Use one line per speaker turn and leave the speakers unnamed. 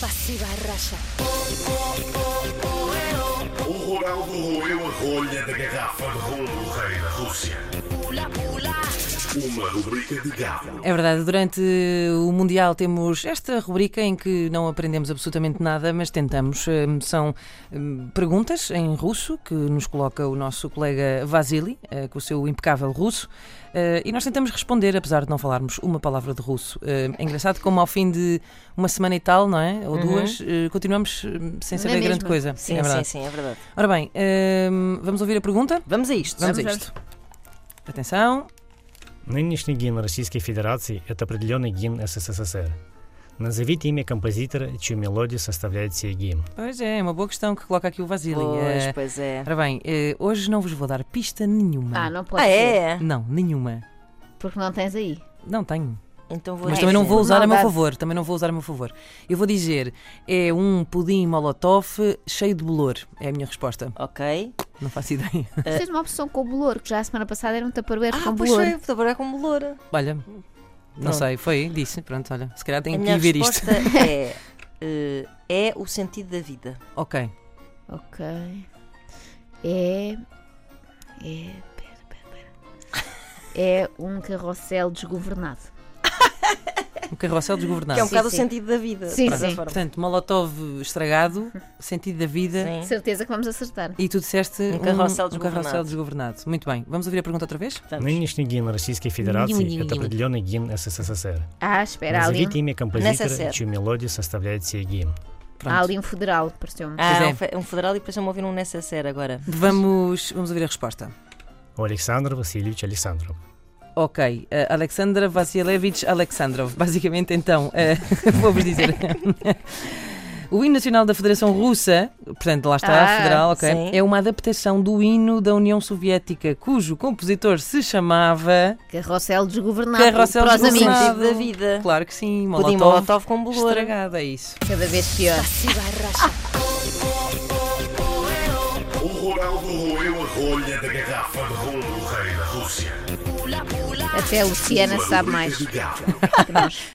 Passiva Racha.
O Ronaldo roeu a é rolha da garrafa de rum do rei da Rússia.
Pula, pula.
Uma rubrica de gado.
É verdade, durante o Mundial temos esta rubrica em que não aprendemos absolutamente nada, mas tentamos. Hum, São hum, perguntas em russo que nos coloca o nosso colega Vasily, eh, com o seu impecável russo, eh, e nós tentamos responder, apesar de não falarmos uma palavra de russo. Eh, É engraçado como ao fim de uma semana e tal, não é? Ou duas, eh, continuamos hum, sem saber grande coisa.
Uhum. Sim,
é
sim,
verdade.
sim, é verdade.
Ora bem, hum, vamos ouvir a pergunta?
Vamos a isto.
Vamos a isto. Atenção.
Нынешний гимн Российской Федерации – это определенный гимн СССР. Назовите имя композитора, чью мелодию составляет сей гимн.
Pois é, é uma boa questão que coloca aqui o Vasily.
Pois,
Eh,
pois é.
Ora bem, eh, hoje não vos vou dar pista nenhuma.
Ah, não pode
Ah,
ser.
é?
Não, nenhuma.
Porque não tens aí.
Não tenho.
Então vou
Mas
dizer.
também não vou usar a meu
Maldade.
favor. Também não vou usar a meu favor. Eu vou dizer: é um pudim molotov cheio de bolor. É a minha resposta.
Ok.
Não faço ideia.
Tens uma opção com o bolor, que já a semana passada era um taparoeiro
Ah,
com
pois
bolor.
foi, vou trabalhar com Beloura.
Olha, não
Pronto.
sei, foi, disse. Pronto, olha, se calhar
A
tenho que
minha
ir ver isto.
resposta é. eh, é o sentido da vida.
Ok.
Ok. É. É. Pera, pera, pera. É um carrossel desgovernado.
Um carrossel desgovernado.
que é um bocado
sim.
o sentido da vida.
Sim,
de certa
sim.
forma.
Portanto, molotov estragado, sentido da vida.
Sim.
Certeza que vamos acertar.
E tu disseste
Um carrossel
um carrossel
desgovernado.
desgovernado. Muito bem, vamos ouvir a pergunta outra vez?
Vamos.
Нынешний гимн Российской Федерации – это определенный гимн СССР.
Ah, espera, há ali,
Назовите имя композитора,
СССР.
чью мелодию составляет сей гимн.
um, há ali um federal, pareceu-me.
Ah,
Pois é.
um fe- um federal e depois eu me ouvir um necessaire agora.
Vamos, vamos ouvir a resposta.
У Александра Васильевича Александрова.
Ok, eh, Alexandra Vasilevich Alexandrov. Basicamente, então, eh, vou-vos dizer. O hino nacional da Federação Russa, portanto, lá está,
Ah,
federal, ok,
sim.
é uma adaptação do hino da União Soviética, cujo compositor se chamava.
Carrossel desgovernado.
Carrossel
para os
O
desgovernado.
amigos.
sentido da vida.
Claro que sim,
Pudim
Molotov.
molotov com Beloura.
Estragada, é isso.
Cada vez pior.
Passiva Racha.
O Ronaldo roeu a é rolha da garrafa de rum do rei da Rússia.
Até a Luciana
Uma
sabe
rubrica
mais.
de gado.